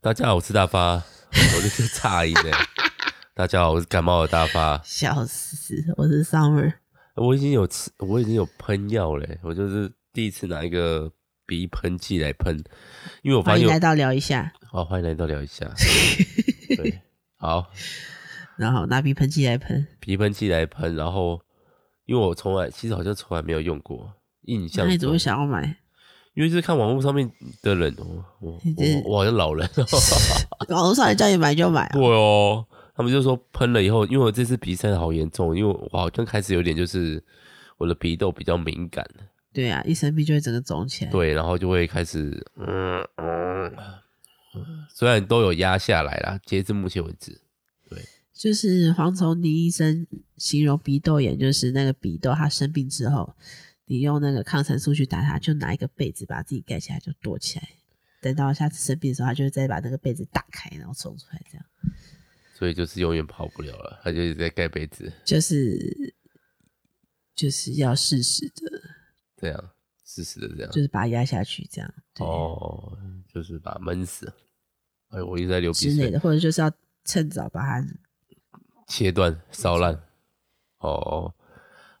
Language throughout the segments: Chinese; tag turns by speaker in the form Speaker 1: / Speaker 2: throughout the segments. Speaker 1: 大家好，我是大 发，我这是差音哎。大家好，我是感冒的大发，
Speaker 2: 笑死！我是 Summer，
Speaker 1: 我已经有吃，我已经有喷药嘞，我就是第一次拿一个鼻喷剂来喷，因为我发
Speaker 2: 欢
Speaker 1: 现
Speaker 2: 迎
Speaker 1: 有
Speaker 2: 来到聊一下。
Speaker 1: 好，欢迎来到聊一下。对， 好，
Speaker 2: 然后拿鼻喷剂来喷，
Speaker 1: 鼻喷剂来喷，然后因为我从来其实好像从来没有用过，印
Speaker 2: 那
Speaker 1: 象
Speaker 2: 你怎
Speaker 1: 中
Speaker 2: 么会，想 要买？
Speaker 1: 因为就是看网络上面的人，我我
Speaker 2: 你这
Speaker 1: 我我好像老人，哦
Speaker 2: 网络上人叫你买就买啊、
Speaker 1: 对哦，他们就说喷了以后，因为我这次鼻塞好严重，因为我好像开始有点就是我的鼻窦比较敏感，
Speaker 2: 对啊，一生病就会整个肿起来。
Speaker 1: 对，然后就会开始嗯嗯，虽然都有压下来啦，截至目前为止，
Speaker 2: 就是黄崇宁医生形容鼻窦炎，就是那个鼻窦它生病之后，你用那个抗生素去打它，就拿一个被子把自己盖起来，就躲起来。等到下次生病的时候，他就会再把那个被子打开，然后冲出来，这样
Speaker 1: 所以就是永远跑不了了，他就一直在盖被子，
Speaker 2: 就是就是要适时的，
Speaker 1: 这样，事实的这样
Speaker 2: 就，是把它压下去，这样对
Speaker 1: 哦，就是把它闷死。哎，我一直在流
Speaker 2: 之
Speaker 1: 鼻
Speaker 2: 类
Speaker 1: 水，
Speaker 2: 的，或者就是要趁早把它
Speaker 1: 切断、烧烂。哦，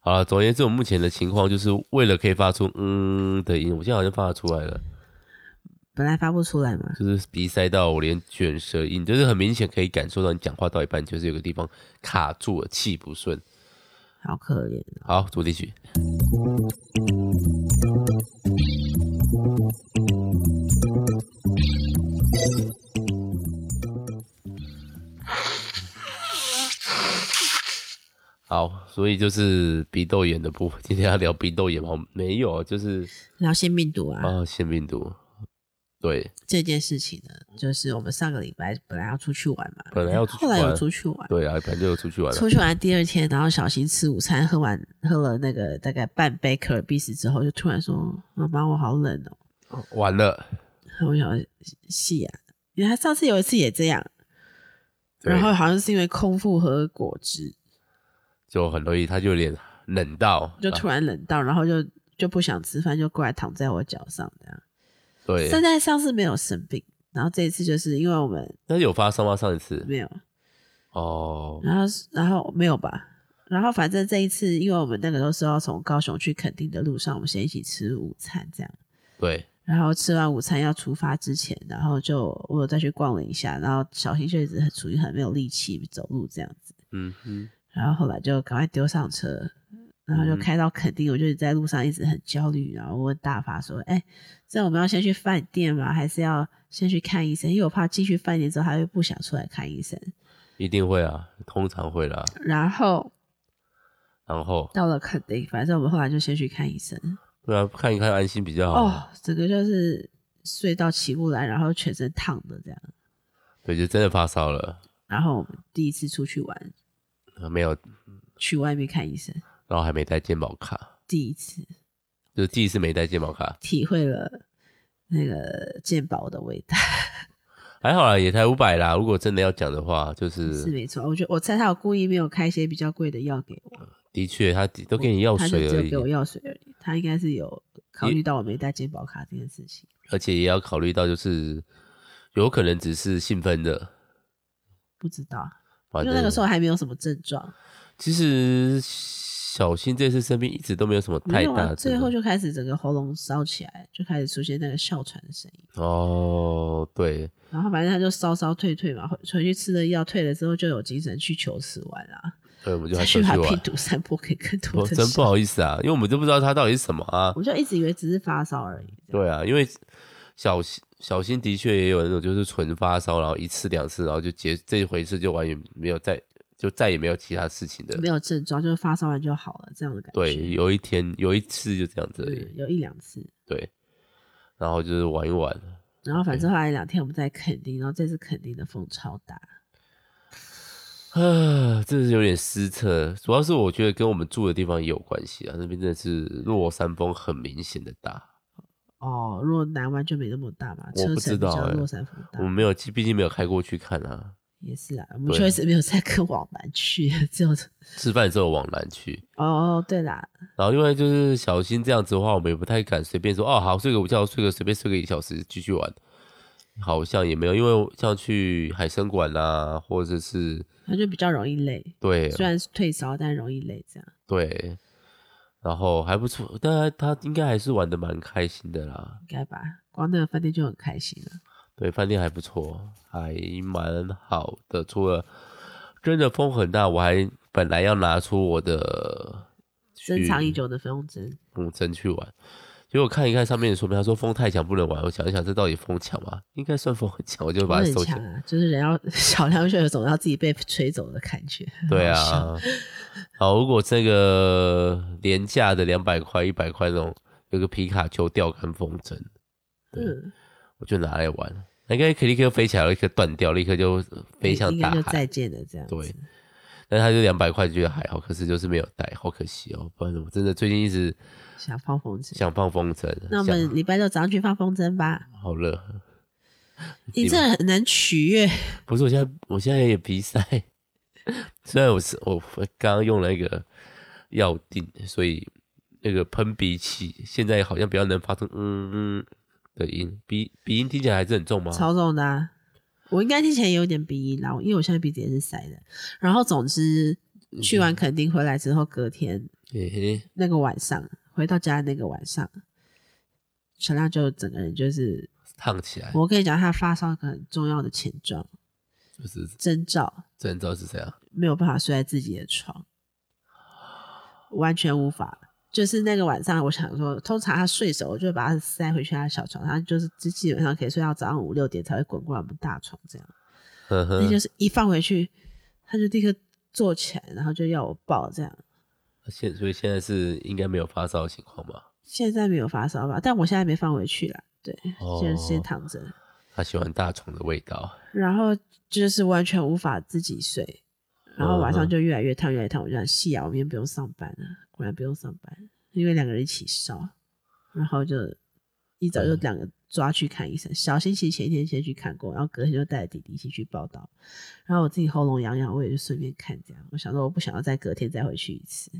Speaker 1: 好了，总而言之，我目前的情况就是为了可以发出嗯的音，我现在好像发得出来了，
Speaker 2: 本来发不出来嘛，
Speaker 1: 就是鼻塞到我连卷舌音，就是很明显可以感受到你讲话到一半就是有个地方卡住了，气不顺。
Speaker 2: 好可怜。哦
Speaker 1: 好，主题曲。好，所以就是鼻窦炎的部分，今天要聊鼻窦炎吗？没有，啊就是
Speaker 2: 然后腺病毒啊、
Speaker 1: 啊，腺病毒。对，
Speaker 2: 这件事情呢，就是我们上个礼拜本来要出去玩嘛，
Speaker 1: 本来要出去
Speaker 2: 后来
Speaker 1: 玩
Speaker 2: 有出去玩，
Speaker 1: 对啊，反正就出去玩了
Speaker 2: 出。去玩第二天，然后小新吃午餐，喝完喝了那个大概半杯可尔必斯之后，就突然说：“妈妈，我好冷哦。
Speaker 1: 完了，”
Speaker 2: 我想说是啊，因为他上次有一次也这样，
Speaker 1: 对
Speaker 2: 然后好像是因为空腹喝果汁，
Speaker 1: 就很容易，他就有点冷到，
Speaker 2: 就
Speaker 1: 啊
Speaker 2: 突然冷到，然后就就不想吃饭，就过来躺在我脚上这样。
Speaker 1: 对，
Speaker 2: 现在上次没有生病，然后这一次就是因为我们
Speaker 1: 但是有发烧吗？上一次
Speaker 2: 没有，
Speaker 1: 哦，
Speaker 2: 然后然后没有吧，然后反正这一次，因为我们那个时候是要从高雄去垦丁的路上，我们先一起吃午餐这样，
Speaker 1: 对，
Speaker 2: 然后吃完午餐要出发之前，然后就我有再去逛了一下，然后小新就一直很处于很没有力气走路这样子，
Speaker 1: 嗯哼，
Speaker 2: 然后后来就赶快丢上车。然后就
Speaker 1: 嗯
Speaker 2: 开到垦丁，我就在路上一直很焦虑，然后问大发说：“哎、这我们要先去饭店吗？还是要先去看医生？因为我怕进去饭店之后，他会不想出来看医生。
Speaker 1: 一定会啊，通常会啦。”
Speaker 2: 然后
Speaker 1: 然后
Speaker 2: 到了垦丁，反正我们后来就先去看医生。
Speaker 1: 对啊，看一看安心比较好。
Speaker 2: 哦，整个就是睡到起不来，然后全身烫的这样。
Speaker 1: 对，就真的发烧了，
Speaker 2: 然后我们第一次出去玩，
Speaker 1: 呃没有，
Speaker 2: 去外面看医生，
Speaker 1: 然后还没带健保卡，
Speaker 2: 第一次
Speaker 1: 就是第一次没带健保卡，
Speaker 2: 体会了那个健保的伟大，
Speaker 1: 还好啦，也才五百啦。如果真的要讲的话，就是是
Speaker 2: 没错。我觉得我猜他有故意没有开一些比较贵的药给我，
Speaker 1: 的确，他都给你药
Speaker 2: 他就
Speaker 1: 水
Speaker 2: 只
Speaker 1: 而
Speaker 2: 有给我
Speaker 1: 已，
Speaker 2: 药水而已。他应该是有考虑到我没带健保卡这件事情。
Speaker 1: 而且也要考虑到，就是有可能只是兴奋的。
Speaker 2: 不知道，
Speaker 1: 反
Speaker 2: 因
Speaker 1: 正
Speaker 2: 为那个时候还没有什么症状，
Speaker 1: 其实小新这次生病一直都没有什么
Speaker 2: 没
Speaker 1: 太
Speaker 2: 有
Speaker 1: 大
Speaker 2: 啊，
Speaker 1: 的
Speaker 2: 最
Speaker 1: 症状，
Speaker 2: 后就开始整个喉咙烧起来，就开始出现那个哮喘的声音。
Speaker 1: 哦，对，
Speaker 2: 然后反正他就烧烧退退嘛，回回去吃了药退了之后就有精神去求死玩啦，
Speaker 1: 对，我们就
Speaker 2: 再
Speaker 1: 还
Speaker 2: 去
Speaker 1: 出去
Speaker 2: 把
Speaker 1: 玩
Speaker 2: 病。毒散播给更多
Speaker 1: 我
Speaker 2: 的
Speaker 1: 哦真不
Speaker 2: 人
Speaker 1: 好意思啊，因为我们都不知道它到底是什么啊。
Speaker 2: 我就一直以为只是发烧而已。
Speaker 1: 对啊，因为小新小新的确也有那种就是纯发烧，然后一次两次，然后就结这一回事就完全没有再就再也没有其他事情的。
Speaker 2: 没有症状，就是发烧完就好了，这样的感觉。
Speaker 1: 对，有一天有一次就这样子而已。
Speaker 2: 嗯，有一两次。
Speaker 1: 对，然后就是玩一玩，
Speaker 2: 然后反正后来两天我们在垦丁，然后这次垦丁的风超大，
Speaker 1: 啊，真的是有点失策。主要是我觉得跟我们住的地方也有关系啊，那边真的是落山风很明显的大。
Speaker 2: 哦，如果南湾就没那么大嘛，
Speaker 1: 我
Speaker 2: 车
Speaker 1: 不知
Speaker 2: 程比
Speaker 1: 道
Speaker 2: 较
Speaker 1: 欸
Speaker 2: 落山风
Speaker 1: 我们
Speaker 2: 大。
Speaker 1: 没有，毕竟没有开过去看啊。
Speaker 2: 也是啦，我们
Speaker 1: 对
Speaker 2: 确实没有再更往南去，只有
Speaker 1: 吃饭之后往南去，
Speaker 2: 哦，对啦，
Speaker 1: 然后因为就是小新这样子的话，我们也不太敢随便说哦，好睡个午觉，睡个随便睡个一小时继续玩，好像也没有，因为像去海参馆啦，或者是
Speaker 2: 它就比较容易累。
Speaker 1: 对啊
Speaker 2: 虽然是退烧，但容易累，这样
Speaker 1: 对，然后还不错，但他他应该还是玩的蛮开心的啦。
Speaker 2: 应该吧？光那个饭店就很开心了。
Speaker 1: 对，饭店还不错，还蛮好的。除了真的风很大，我还本来要拿出我的
Speaker 2: 珍藏已久的粉红针，
Speaker 1: 风筝去玩，结果看一看上面的说明，他说风太强不能玩。我想一想，这到底风强吗？应该算风很强，我就把它
Speaker 2: 很
Speaker 1: 收起
Speaker 2: 强
Speaker 1: 来。
Speaker 2: 啊！就是人要 小量血，总要自己被吹走的感觉。
Speaker 1: 对
Speaker 2: 很好笑，
Speaker 1: 啊，好，如果这个廉价的两百块、一百块那种，有个皮卡丘钓竿风筝，
Speaker 2: 嗯，
Speaker 1: 我就拿来玩，那应该可以立刻飞起来，立刻断掉，立刻就飞向
Speaker 2: 应该
Speaker 1: 大
Speaker 2: 就
Speaker 1: 海
Speaker 2: 再。见了这样子。
Speaker 1: 对，但他就两百块觉得还好，可是就是没有带，好可惜哦。不然我真的最近一直
Speaker 2: 想放风筝，
Speaker 1: 想放风筝，
Speaker 2: 那我们礼拜六早上去放风筝吧。
Speaker 1: 想好热。
Speaker 2: 你这很难取悦，
Speaker 1: 不是，我现在我现在也鼻塞， 虽然我是我我刚刚用了一个药定，所以那个喷鼻器现在好像比较能发出嗯嗯的音，鼻鼻音听起来还是很重吗？
Speaker 2: 超重的、啊。我应该之前有点鼻音啦，因为我现在鼻子也是塞的。然后总之去完垦丁回来之后，隔天
Speaker 1: 嘿嘿，
Speaker 2: 那个晚上回到家的那个晚上，小亮就整个人就是，
Speaker 1: 烫起来
Speaker 2: 我跟你讲，他发烧一个很重要的前兆
Speaker 1: 就是
Speaker 2: 征兆，
Speaker 1: 真的是这样。
Speaker 2: 没有办法睡在自己的床，完全无法。就是那个晚上，我想说，通常他睡熟，我就会把他塞回去他的小床，他就是基本上可以睡到早上五六点才会滚过来我们大床这样。
Speaker 1: 呵
Speaker 2: 那
Speaker 1: 呵，
Speaker 2: 就是一放回去，他就立刻坐起来，然后就要我抱这样。
Speaker 1: 现所以现在是应该没有发烧的情况吧？
Speaker 2: 现在没有发烧吧？但我现在没放回去啦，对，现在先
Speaker 1: 哦
Speaker 2: 躺着，
Speaker 1: 他喜欢大床的味道，
Speaker 2: 然后就是完全无法自己睡，然后晚
Speaker 1: 嗯
Speaker 2: 上
Speaker 1: 哼
Speaker 2: 就越来越烫，越来越烫。我就想，夕阳，我明天不用上班了，果然不用上班，因为两个人一起烧，然后就一早就
Speaker 1: 嗯
Speaker 2: 两个抓去看医生。小星期前一天先去看过，然后隔天就带着弟弟一起去报道，然后我自己喉咙痒痒，我也就顺便看这样。我想说，我不想要再隔天再回去一次。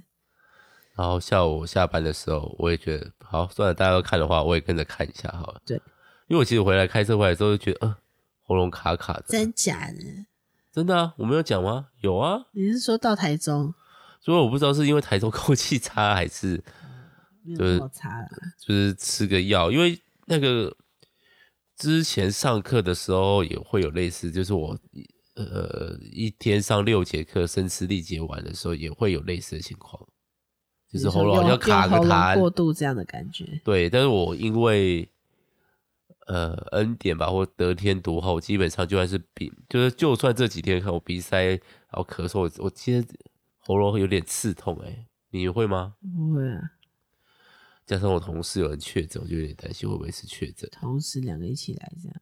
Speaker 1: 然后下午我下班的时候，我也觉得好，算了，大家都看的话，我也跟着看一下好了。
Speaker 2: 对，
Speaker 1: 因为我其实回来开车回来之后就觉得，嗯、喉咙卡卡的。
Speaker 2: 真假的？
Speaker 1: 真的啊，我没有讲吗？有啊，
Speaker 2: 你是说到台中
Speaker 1: 所以我不知道是因为台中空气差，还是
Speaker 2: 没有
Speaker 1: 对
Speaker 2: 那么差了？
Speaker 1: 就是吃个药，因为那个之前上课的时候也会有类似，就是我呃一天上六节课，声嘶力竭完的时候也会有类似的情况，就是喉咙好像卡个
Speaker 2: 用用喉
Speaker 1: 痰
Speaker 2: 咙，过度这样的感觉。
Speaker 1: 对，但是我因为呃恩典吧，或得天独厚，基本上就算是鼻，就是就算这几天看我鼻塞，然后咳嗽，我我今天喉咙有点刺痛、欸，哎，你会吗？
Speaker 2: 不会啊，
Speaker 1: 加上我同事有人确诊，我就有点担心会不会是确诊，
Speaker 2: 同时两个一起来这样。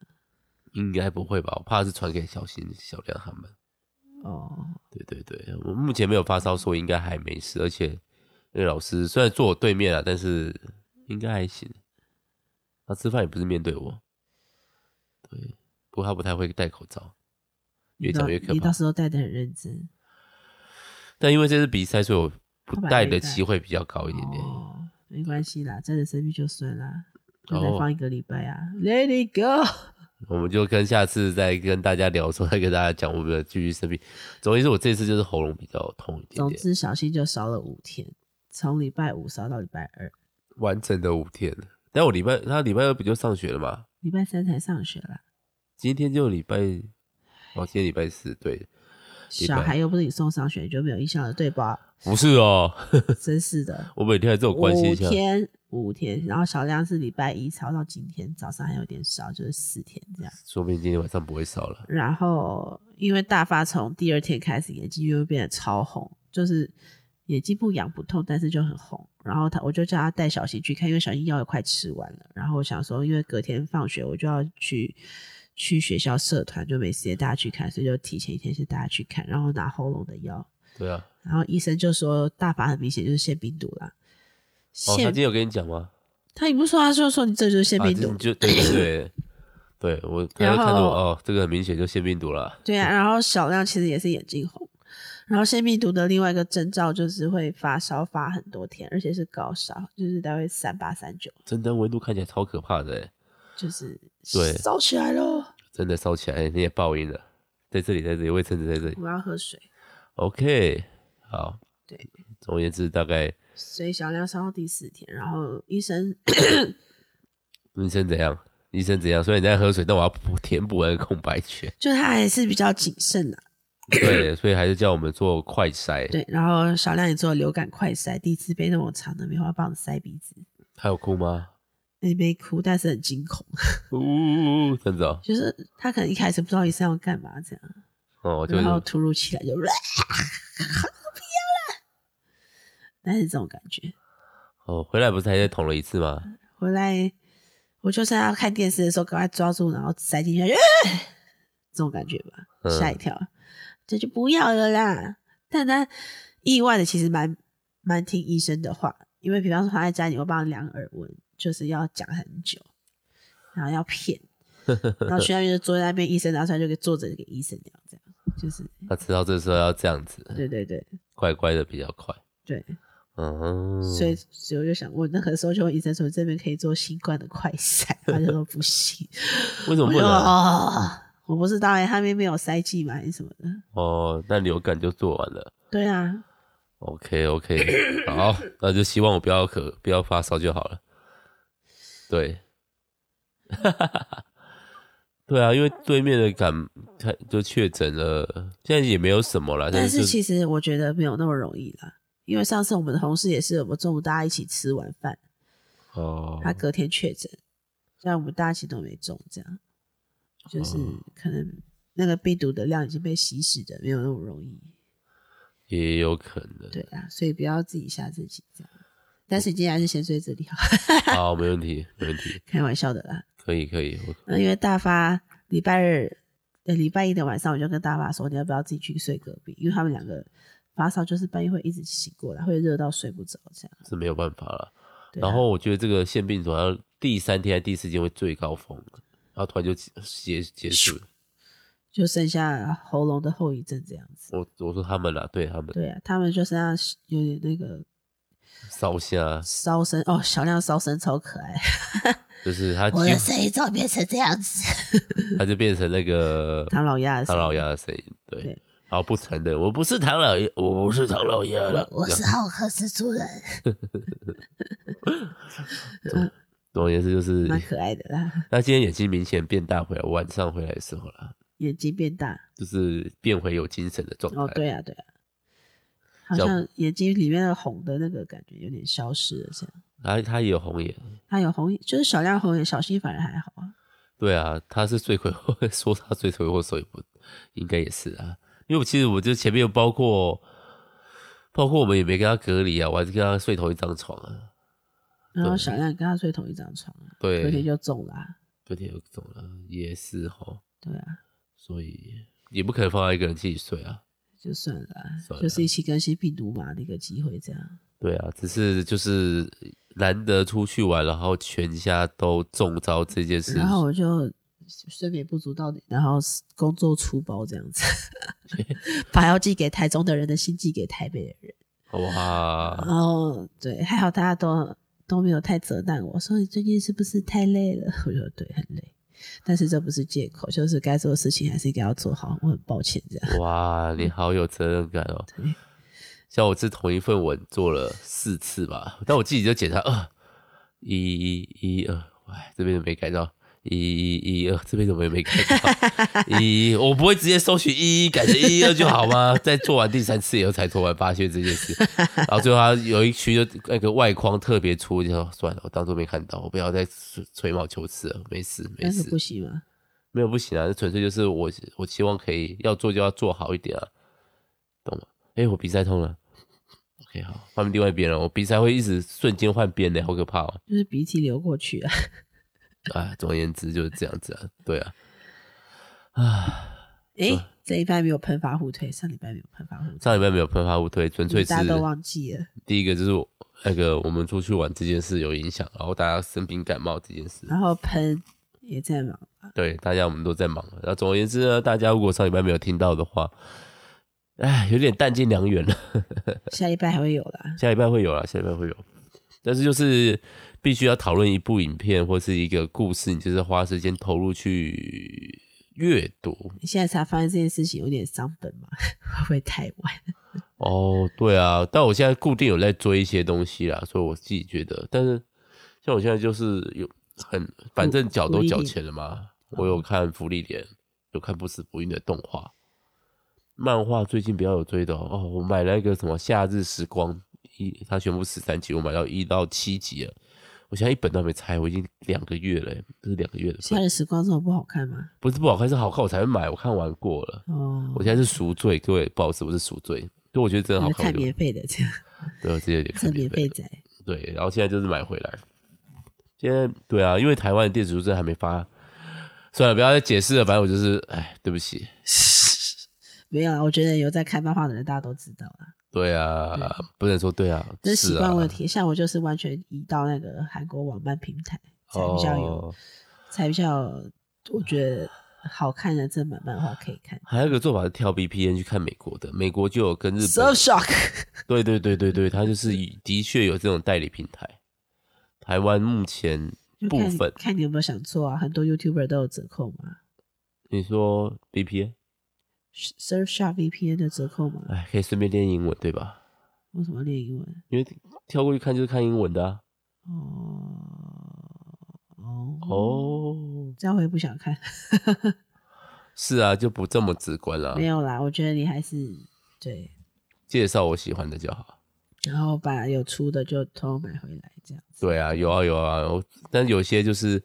Speaker 1: 应该不会吧？我怕是传给小新、小亮他们。
Speaker 2: 哦，
Speaker 1: 对对对，我目前没有发烧，所以应该还没事。而且那个老师虽然坐我对面啊，但是应该还行。他吃饭也不是面对我，对，不过他不太会戴口罩，越
Speaker 2: 你到
Speaker 1: 讲越可
Speaker 2: 你
Speaker 1: 怕
Speaker 2: 到。时候带的很认真。
Speaker 1: 但因为这次比赛，所以我不
Speaker 2: 他本来
Speaker 1: 戴
Speaker 2: 没
Speaker 1: 的
Speaker 2: 戴
Speaker 1: 机会比较高一点点。
Speaker 2: 哦，没关系啦，真的生病就算啦，就再
Speaker 1: 哦
Speaker 2: 放一个礼拜啊。Let it go。
Speaker 1: 我们就跟下次再跟大家聊的时候再跟大家讲我们的继续生病。总而言之，我这次就是喉咙比较痛一点
Speaker 2: 总
Speaker 1: 点，
Speaker 2: 之，小新就烧了五天，从礼拜五烧到礼拜二，
Speaker 1: 完整的五天。但我礼拜他礼拜二不就上学了嘛？
Speaker 2: 礼拜三才上学啦。
Speaker 1: 今天就礼拜，哦，今天礼拜四，对，礼拜
Speaker 2: 小孩又不是你送上学，你就没有印象了，对吧？
Speaker 1: 不是哦，
Speaker 2: 真是的。
Speaker 1: 我每天还是有关心一
Speaker 2: 五
Speaker 1: 下。
Speaker 2: 天，五天，然后小亮是礼拜一烧到今天早上还有点烧，就是四天这样。
Speaker 1: 说不定今天晚上不会少了。
Speaker 2: 然后因为大发从第二天开始眼睛又变得超红，就是眼睛不痒不痛，但是就很红。然后他我就叫他带小新去看，因为小新药也快吃完了。然后我想说，因为隔天放学我就要去去学校社团，就没时间带他去看，所以就提前一天先带他去看，然后拿喉咙的药。
Speaker 1: 对啊，
Speaker 2: 然后医生就说大法很明显就是腺病毒啦。
Speaker 1: 哦，他
Speaker 2: 腺、
Speaker 1: 今天有跟你讲吗？
Speaker 2: 他也不说，他就说你这就是腺
Speaker 1: 啊，
Speaker 2: 病
Speaker 1: 这
Speaker 2: 毒。
Speaker 1: 你就对对对，对我他就
Speaker 2: 然后
Speaker 1: 看着我，哦，这个很明显就腺病毒了。
Speaker 2: 对啊，然后小亮其实也是眼睛红，然后腺病毒的另外一个征兆就是会发烧，发很多天，而且是高烧，就是大概三八三九，
Speaker 1: 真的温度看起来超可怕的欸，
Speaker 2: 就是
Speaker 1: 对
Speaker 2: 烧起来了。
Speaker 1: 真的烧起来，你也报应了。在这里，在这里，卫生纸在这里。
Speaker 2: 我要喝水，
Speaker 1: OK，好。
Speaker 2: 对，
Speaker 1: 总而言之，大概
Speaker 2: 所以小亮烧到第四天，然后医生 。
Speaker 1: 医生怎样？医生怎样？虽然你在喝水，但我要补填补那个空白缺
Speaker 2: 就他还是比较谨慎的、
Speaker 1: 对，所以还是叫我们做快筛。
Speaker 2: 对，然后小亮也做了流感快筛，第一次被那种长的棉花棒塞鼻子，
Speaker 1: 他有哭吗？
Speaker 2: 那没哭，但是很惊恐，
Speaker 1: 呜呜呜，真的哦
Speaker 2: 就是他可能一开始不知道医生要干嘛这样，
Speaker 1: 哦，就
Speaker 2: 然后
Speaker 1: 是
Speaker 2: 突如其来就，不 要了，但是这种感觉，
Speaker 1: 哦，回来不是还在捅了一次吗？
Speaker 2: 回来我就趁他看电视的时候赶快抓住，然后塞进去， 啊这种感觉吧，
Speaker 1: 嗯
Speaker 2: 吓一跳，这就不要了啦。但他意外的其实蛮蛮听医生的话，因为比方说他在家里会帮他量耳温，就是要讲很久，然后要骗，然后去那边就坐在那边，医生拿出来就给坐着给医生量，这样就是
Speaker 1: 他知道这时候要这样子，
Speaker 2: 对对对
Speaker 1: 乖乖的比较快。
Speaker 2: 对，
Speaker 1: 嗯哼，
Speaker 2: 所以所以我就想，我那个时候就问医生说这边可以做新冠的快筛，他就说不行。
Speaker 1: 为什么
Speaker 2: 我
Speaker 1: 不
Speaker 2: 就
Speaker 1: 能？啊
Speaker 2: 哦，我不知道哎、他们没有塞剂嘛，还是什么的？
Speaker 1: 哦，那流感就做完了。
Speaker 2: 对啊，
Speaker 1: OK OK，好，那就希望我不要咳，不要发烧就好了。对，对啊，因为对面的感他就确诊了，现在也没有什么啦。
Speaker 2: 但
Speaker 1: 是
Speaker 2: 是
Speaker 1: 就
Speaker 2: 其实我觉得没有那么容易啦，因为上次我们的同事也是，我们中午大家一起吃晚饭，
Speaker 1: 哦，
Speaker 2: 他隔天确诊，但我们大家其实都没中，这样就是
Speaker 1: 哦
Speaker 2: 可能那个病毒的量已经被稀释的，没有那么容易。
Speaker 1: 也有可能。
Speaker 2: 对啊，所以不要自己吓自己这样。但是你今天还是先睡这里好，
Speaker 1: 好，没问题，没问题，
Speaker 2: 开玩笑的啦。
Speaker 1: 可以可以。我
Speaker 2: 那因为大发礼拜日、呃礼拜一的晚上，我就跟大发说，你要不要自己去睡隔壁？因为他们两个发烧，就是半夜会一直醒过来，会热到睡不着这样。
Speaker 1: 是没有办法了。
Speaker 2: 对啊
Speaker 1: 然后我觉得这个腺病毒好像第三天还是第四天会最高峰，然后突然就结结束了。
Speaker 2: 就剩下喉咙的后遗症这样子。
Speaker 1: 我我说他们啦，对他们
Speaker 2: 对啊，他们就剩下有点那个
Speaker 1: 烧啊虾，
Speaker 2: 烧声哦，小亮烧声超 可爱，
Speaker 1: 就是他
Speaker 2: 我的
Speaker 1: 就
Speaker 2: 声音怎么变成这样子？
Speaker 1: 他就变成那个
Speaker 2: 唐老鸭的声
Speaker 1: 唐
Speaker 2: 音，
Speaker 1: 老鸭的声音，对
Speaker 2: 对。
Speaker 1: 然后不承认，我不是唐老鸭，我不是唐老鸭了。
Speaker 2: 我我
Speaker 1: 这样
Speaker 2: 是浩克斯主人，
Speaker 1: 总而言之就是，
Speaker 2: 蛮可爱的啦，
Speaker 1: 那今天眼睛明显变大回来，晚上回来的时候啦，
Speaker 2: 眼睛变大
Speaker 1: 就是变回有精神的状态。
Speaker 2: 哦，对啊，对啊。好
Speaker 1: 小
Speaker 2: 像眼睛里面的红的那个感觉有点消失了，这样。
Speaker 1: 他他也有红眼，
Speaker 2: 他有红眼，就是小亮红眼，小新反而还好啊。
Speaker 1: 对啊，他是罪魁祸， 说他罪魁祸首也不应该也是啊，因为我其实我就前面有包括，包括我们也没跟他隔离啊，我还是跟他睡同一张床啊。
Speaker 2: 然后
Speaker 1: 对
Speaker 2: 小亮跟他睡同一张床啊，
Speaker 1: 对，
Speaker 2: 隔天就中啦、啊。
Speaker 1: 隔天就走了，也是哈，
Speaker 2: 对啊，
Speaker 1: 所以也不可能放他一个人自己睡啊。
Speaker 2: 就算了啊、
Speaker 1: 算了
Speaker 2: 就是一起更新病毒嘛的一个机会，这样。
Speaker 1: 对啊，只是就是难得出去玩，然后全家都中招这件事，
Speaker 2: 然后我就睡眠不足到底，然后工作粗暴这 样子，把药寄给台中的人的信寄给台北的人。
Speaker 1: 哇，
Speaker 2: 然后对，还好大家都都没有太责难我，说你最近是不是太累了？ 我就说对，很累。但是这不是借口，就是该做的事情还是应该要做好。我很抱歉这样。
Speaker 1: 哇，你好有责任感哦。
Speaker 2: 嗯对
Speaker 1: 像我这同一份文做了四次吧，但我自己就检查，呃，一一一二，哎，这边怎么没改到？一一一二，这边怎么也没改到？一，我不会直接搜寻一一改成一一二就好吗？在做完第三次以后才突然发现这件事，然后最后他有一区就那个外框特别粗，就说算了，我当做没看到，我不要再吹吹毛求疵了，没事没
Speaker 2: 但是
Speaker 1: 事
Speaker 2: 不，行嘛，
Speaker 1: 没有不行啊，这纯粹就是我我希望可以要做就要做好一点啊，懂吗？哎、我鼻塞痛了。OK，好，换另外一边了。我鼻塞会一直瞬间换边的，好可怕哦！
Speaker 2: 就是鼻涕流过去啊。
Speaker 1: 哎，总而言之就是这样子啊，对啊，啊，
Speaker 2: 诶，这一拜没有喷发互推，上礼拜没有喷发互推，
Speaker 1: 上礼拜没有喷发互推，纯粹是
Speaker 2: 大家都忘记了。
Speaker 1: 第一个就是我那个我们出去玩这件事有影响，然后大家生病感冒这件事，
Speaker 2: 然后喷也在忙，
Speaker 1: 对，大家我们都在忙。那总而言之呢，大家如果上礼拜没有听到的话，哎，有点弹尽粮远了。
Speaker 2: 下礼拜还会有啦。
Speaker 1: 下礼拜会有啦，下礼拜会有。但是就是必须要讨论一部影片或是一个故事，你就是花时间投入去阅读
Speaker 2: 你现在才发现这件事情有点伤本嘛， 会不会太晚？
Speaker 1: 哦，对啊，但我现在固定有在追一些东西啦，所以我自己觉得，但是像我现在就是有很，反正缴都缴钱了嘛，我
Speaker 2: 嗯
Speaker 1: 有看福利莲，有看不死不运的动画，漫画最近比较有追的哦，哦我买那个什么夏日时光一，它全部十三集，我买到一到七集了。我现在一本都还没拆，我已经两个月了，这是啊两个月的
Speaker 2: 现
Speaker 1: 本，
Speaker 2: 在的时光这么不好看吗？
Speaker 1: 不是不好看，是好看我才会买，我看完过了，
Speaker 2: 哦
Speaker 1: 我，现在是赎罪，各位不好意思，我是赎罪，因为我觉得真的好
Speaker 2: 你
Speaker 1: 看，
Speaker 2: 看
Speaker 1: 我就
Speaker 2: 免费的这样，
Speaker 1: 对，我直接有点
Speaker 2: 这
Speaker 1: 看
Speaker 2: 免
Speaker 1: 免费
Speaker 2: 费
Speaker 1: 的。
Speaker 2: 仔，
Speaker 1: 对，然后现在就是买回来。现在对啊，因为台湾的电子书证还没发，算了，不要再解释了。反正我就是，哎，对不起。
Speaker 2: 没有啦，啊我觉得有在看漫画的人大家都知道啦，
Speaker 1: 对啊，不能说对啊，
Speaker 2: 这是
Speaker 1: 是
Speaker 2: 习惯
Speaker 1: 啊，
Speaker 2: 问题。像我就是完全移到那个韩国网漫平台，才比较有，
Speaker 1: 哦，
Speaker 2: 才比较有我觉得好看的正版漫画可以看。
Speaker 1: 还有一个做法是跳 VPN 去看美国的，美国就有跟日
Speaker 2: So
Speaker 1: 本，
Speaker 2: shock，
Speaker 1: 对对对对对，它就是以的确有这种代理平台。台湾目前
Speaker 2: 就
Speaker 1: 部
Speaker 2: 看
Speaker 1: 分，
Speaker 2: 看你有没有想做啊？很多 YouTuber 都有折扣嘛
Speaker 1: 你说 VPN，
Speaker 2: ，Surfshark VPN 的折扣嘛？
Speaker 1: 哎，可以顺便练英文对吧？
Speaker 2: 为什么要练英文？
Speaker 1: 因为跳过去看就是看英文的、啊、
Speaker 2: 哦哦
Speaker 1: 哦。
Speaker 2: 这样我也不想看。
Speaker 1: 是啊，就不这么直观啦
Speaker 2: 没。有啦，我觉得你还是对，
Speaker 1: 介绍我喜欢的就好。
Speaker 2: 然后把有出的就偷偷买回来，这样子。
Speaker 1: 对啊，有啊有啊，我但有些就是，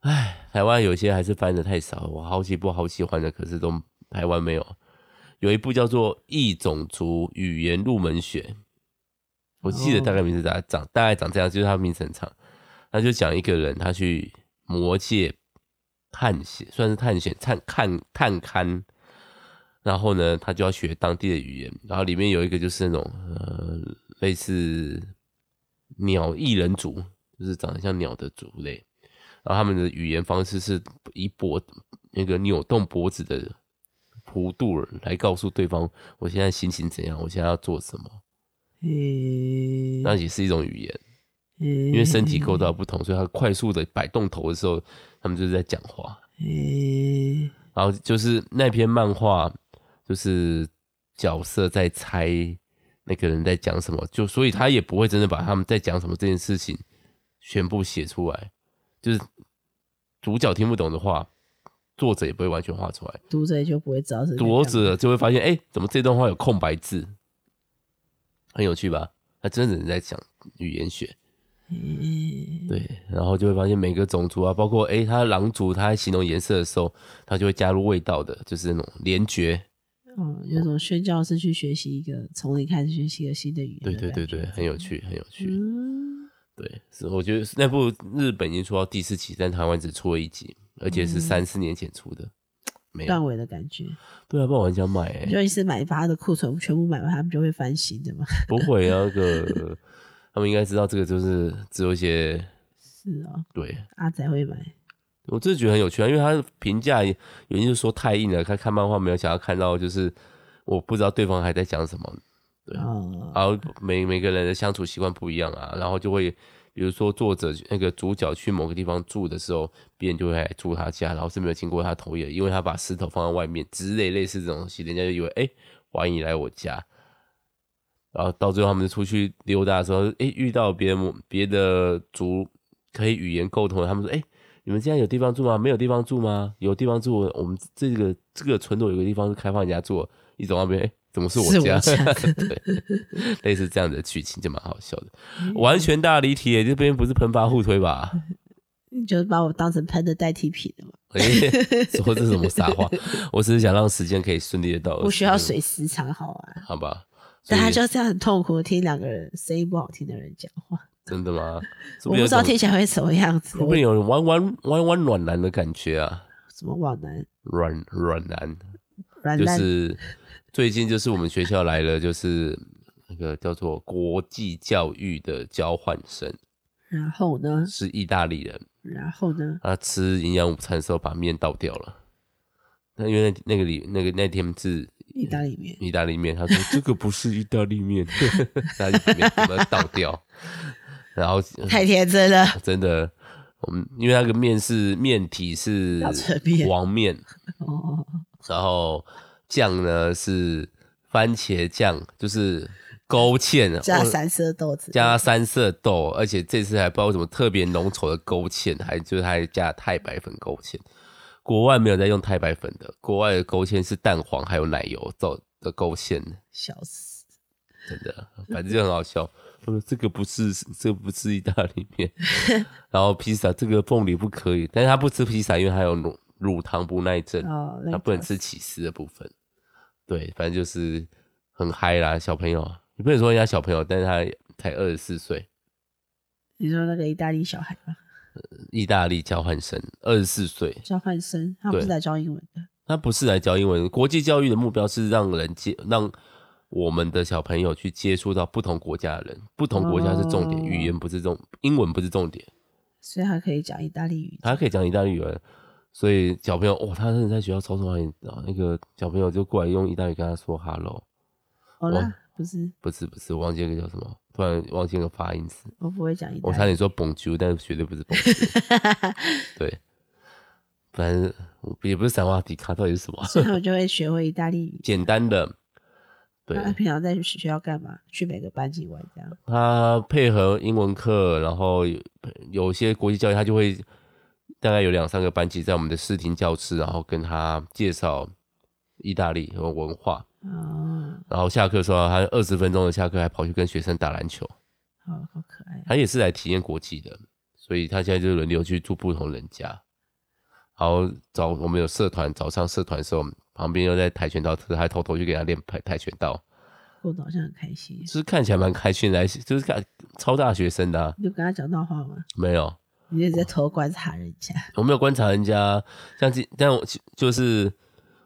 Speaker 1: 唉，台湾有些还是翻的太少。我好几部好喜欢的，可是都台湾没有。有一部叫做《异种族语言入门学》，我记得大概名字大长大概长这样，就是它名字很长。他就讲一个人，他去魔界探险，算是探险探看探勘。然后呢，他就要学当地的语言。然后里面有一个就是那种呃，类似鸟异人族，就是长得像鸟的族类。然后他们的语言方式是以脖那个扭动脖子的弧度来告诉对方我现在心情怎样，我现在要做什么。
Speaker 2: 诶、
Speaker 1: 那也是一种语言，
Speaker 2: 因
Speaker 1: 因
Speaker 2: 嗯
Speaker 1: 为身体构造不同，所以他快速的摆动头的时候，他们就是在讲话。
Speaker 2: 诶、
Speaker 1: 然后就是那篇漫画，就是角色在猜那个人在讲什么，就所以他也不会真的把他们在讲什么这件事情全部写出来，就是主角听不懂的话，作者也不会完全画出来，
Speaker 2: 读者也就不会知道是在
Speaker 1: 读
Speaker 2: 干嘛
Speaker 1: 者就会发现，哎、怎么这段话有空白字，很有趣吧？他真的人在讲语言学，
Speaker 2: 嗯诶
Speaker 1: 对，然后就会发现每个种族啊，包括诶，它狼族，它在形容颜色的时候，它就会加入味道的，就是那种联觉。
Speaker 2: 哦，有种宣教是去学习一个从零开始学习一个新的语言，
Speaker 1: 对对对对，很有。趣，很有趣。
Speaker 2: 嗯，
Speaker 1: 对，是我觉得那部日本已经出到第四集，但台湾只出了一集，而且是
Speaker 2: 嗯
Speaker 1: 三四年前出的。没
Speaker 2: 断
Speaker 1: 有，
Speaker 2: 尾的感觉，
Speaker 1: 对啊，不然我很想买、欸，
Speaker 2: 你 就一次买把它的库存全部买完，他们就会翻新的嘛。
Speaker 1: 不会啊，那个他们应该知道这个就是只有一些
Speaker 2: 是哦，
Speaker 1: 对。
Speaker 2: 阿仔会买。
Speaker 1: 我真的觉得很有趣啊，因为他的评价也有人就说太硬了，看看漫画没有想要看到，就是我不知道对方还在讲什么，对啊
Speaker 2: 哦，
Speaker 1: 然后每每个人的相处习惯不一样啊，然后就会，比如说作者那个主角去某个地方住的时候，别人就会来住他家，然后是没有经过他同意的，因为他把石头放在外面之类类似这种东西，人家就以为哎，诶欢迎你来我家。然后到最后他们出去溜达的时候，哎，遇到别人别的族可以语言沟通的，他们说哎。诶你们现在有地方住吗？没有地方住吗？有地方住，我们这个这个村落有个地方是开放人家住的，一走到那边，哎，怎么是我
Speaker 2: 是我
Speaker 1: 家？
Speaker 2: 家
Speaker 1: 对，类似这样的剧情就蛮好笑的，完全大离题耶。这边不是喷发互推吧？
Speaker 2: 你嗯就把我当成喷的代替品了嘛？
Speaker 1: 哎， 说这是什么傻话？我只是想让时间可以顺利的到，
Speaker 2: 不需要，水时长好啊。
Speaker 1: 好吧？哦所
Speaker 2: 但
Speaker 1: 以
Speaker 2: 他就是要很痛苦地听两个人声音不好听的人讲话，
Speaker 1: 真的吗？
Speaker 2: 我不知道听
Speaker 1: 天，
Speaker 2: 起来会什么样子。
Speaker 1: 会不会有弯弯弯弯暖男的感觉啊？
Speaker 2: 什么往南
Speaker 1: 软软男
Speaker 2: 软
Speaker 1: 就
Speaker 2: 烂
Speaker 1: 是最近就是我们学校来了，就是那个叫做国际教育的交换生，
Speaker 2: 然后呢？
Speaker 1: 是意大利人。
Speaker 2: 然后呢？
Speaker 1: 他吃营养午餐的时候把面倒掉了。那因为那那个里那个那天是
Speaker 2: 意大利面
Speaker 1: 意大利面，他 说这个不是意大利面，意大利面怎么倒掉？然后
Speaker 2: 太天真了，
Speaker 1: 真的，我们因为那个面是面体是
Speaker 2: 要扯面
Speaker 1: 黄面，
Speaker 2: 哦，
Speaker 1: 然后酱呢是番茄酱，就是勾芡啊
Speaker 2: 加
Speaker 1: 哦
Speaker 2: 三色豆子，
Speaker 1: 加三色豆，而且这次还不知道为什么特别浓稠的勾芡，还就是还加太白粉勾芡。国外没有在用太白粉的，国外的勾芡是蛋黄还有奶油做的勾芡，
Speaker 2: 笑死，
Speaker 1: 真的，反正就很好笑。我说这个不是，这个不是意大利 面，然后披萨这个凤梨不可以，但是他不吃披萨，因为他有乳乳糖不耐症，
Speaker 2: 哦，
Speaker 1: 他
Speaker 2: 那个
Speaker 1: 不能吃起司的部分。对，反正就是很嗨啦，小朋友，你不能说人家小朋友，但是他才二十四岁。
Speaker 2: 你说那个意大利小孩吗？
Speaker 1: 意大利交换生，二十四岁。
Speaker 2: 交换生，他不
Speaker 1: 对
Speaker 2: 是来教英文的，
Speaker 1: 他不是来教英文，国际教育的目标是让人接让我们的小朋友去接触到不同国家的人，不同国家是重点，
Speaker 2: 哦
Speaker 1: 语言不是重，英文不是重点。
Speaker 2: 所以他可以讲意大利语。
Speaker 1: 他可以讲意大利文，所以小朋友哇，他真的在学校超受欢迎。然后那个小朋友就过来用意大利跟他说 “hello”，
Speaker 2: 好
Speaker 1: 我
Speaker 2: 哦啦，不是，
Speaker 1: 不是不是，我忘记那个叫什么，突然忘记那个发音词，
Speaker 2: 我不会讲意
Speaker 1: 我
Speaker 2: 大
Speaker 1: 差
Speaker 2: 利
Speaker 1: 点
Speaker 2: 语。
Speaker 1: 说 “bonjour”，但绝对不是 “bonjour”。对，反正也不是散瓦迪卡，到底是什么？啊
Speaker 2: 所以他们就会学会意大利语。
Speaker 1: 简单的，对
Speaker 2: 那他平常在学校干嘛？去每个班级玩这样。
Speaker 1: 他配合英文课，然后有有些国际教育，他就会大概有两三个班级在我们的视听教室，然后跟他介绍意大利和文化，
Speaker 2: 哦，
Speaker 1: 然后下课的时候，他二十分钟的下课还跑去跟学生打篮球，
Speaker 2: 好好可爱啊。
Speaker 1: 他也是来体验国际的，所以他现在就轮流去住不同人家，然后早我们有社团，早上社团的时候，旁边又在跆拳道课，还偷偷去给他练跆跆拳道，
Speaker 2: 过得好像很开心
Speaker 1: 就。是看起来蛮开心的，就是看超大学生的啊、
Speaker 2: 你有跟他讲到话吗？
Speaker 1: 没有。
Speaker 2: 你一直在偷观察人家。
Speaker 1: 我没有观察人家，像今，但我就是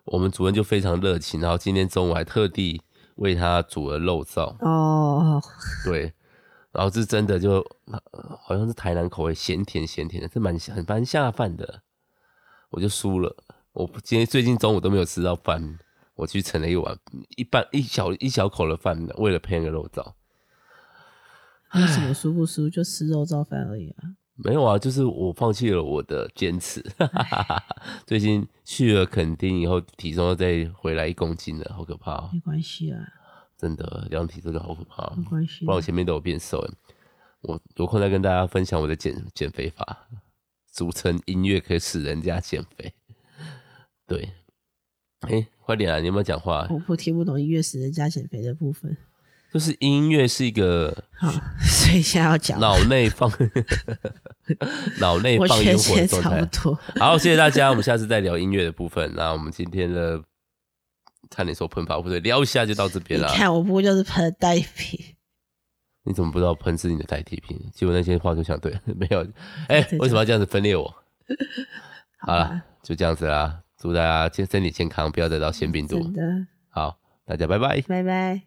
Speaker 1: 我们主任就非常热情，然后今天中午还特地为他煮了肉燥，
Speaker 2: 哦，
Speaker 1: 对，然后是真的就呃好像是台南口味，咸甜咸甜的，是蛮很蛮下饭的，我就输了，我今天最近中午都没有吃到饭，我去盛了一碗一半一小一小口的饭，为了配那个肉燥，
Speaker 2: 为什么输不输就吃肉燥饭而已啊？
Speaker 1: 没有啊，就是我放弃了我的坚持。 最近去了垦丁以后，体重又再回来一公斤了，好可怕、哦！
Speaker 2: 没关系啊，
Speaker 1: 真的量体真的好可怕、哦
Speaker 2: 没。关系
Speaker 1: 不
Speaker 2: 啊
Speaker 1: 然。我前面都有变瘦耶。我有空再跟大家分享我的减减肥法，俗称音乐可以使人家减肥。对，哎、快点啊！你有没有讲话？
Speaker 2: 我不听不懂音乐使人家减肥的部分。
Speaker 1: 就是音乐是一 个
Speaker 2: 好，所以现在要讲
Speaker 1: 脑内放脑内
Speaker 2: 我
Speaker 1: 放
Speaker 2: 觉
Speaker 1: 烟
Speaker 2: 得
Speaker 1: 火的
Speaker 2: 现在
Speaker 1: 状
Speaker 2: 差不
Speaker 1: 态。
Speaker 2: 多。
Speaker 1: 好，谢谢大家，我们下次再聊音乐的部分。那我们今天的差点说喷发不对，聊一下就到这边
Speaker 2: 你
Speaker 1: 了。
Speaker 2: 看，我不过就是喷代品，
Speaker 1: 你怎么不知道喷是你的代替品？结果那些话就想对 了，没有。哎、
Speaker 2: 真的
Speaker 1: 为什么要这样子分裂 我？好
Speaker 2: 好
Speaker 1: 了
Speaker 2: 吧，
Speaker 1: 就这样子啦，祝大家健身体健康，不要得到腺病毒
Speaker 2: 真。的。
Speaker 1: 好，大家拜拜。
Speaker 2: 拜拜。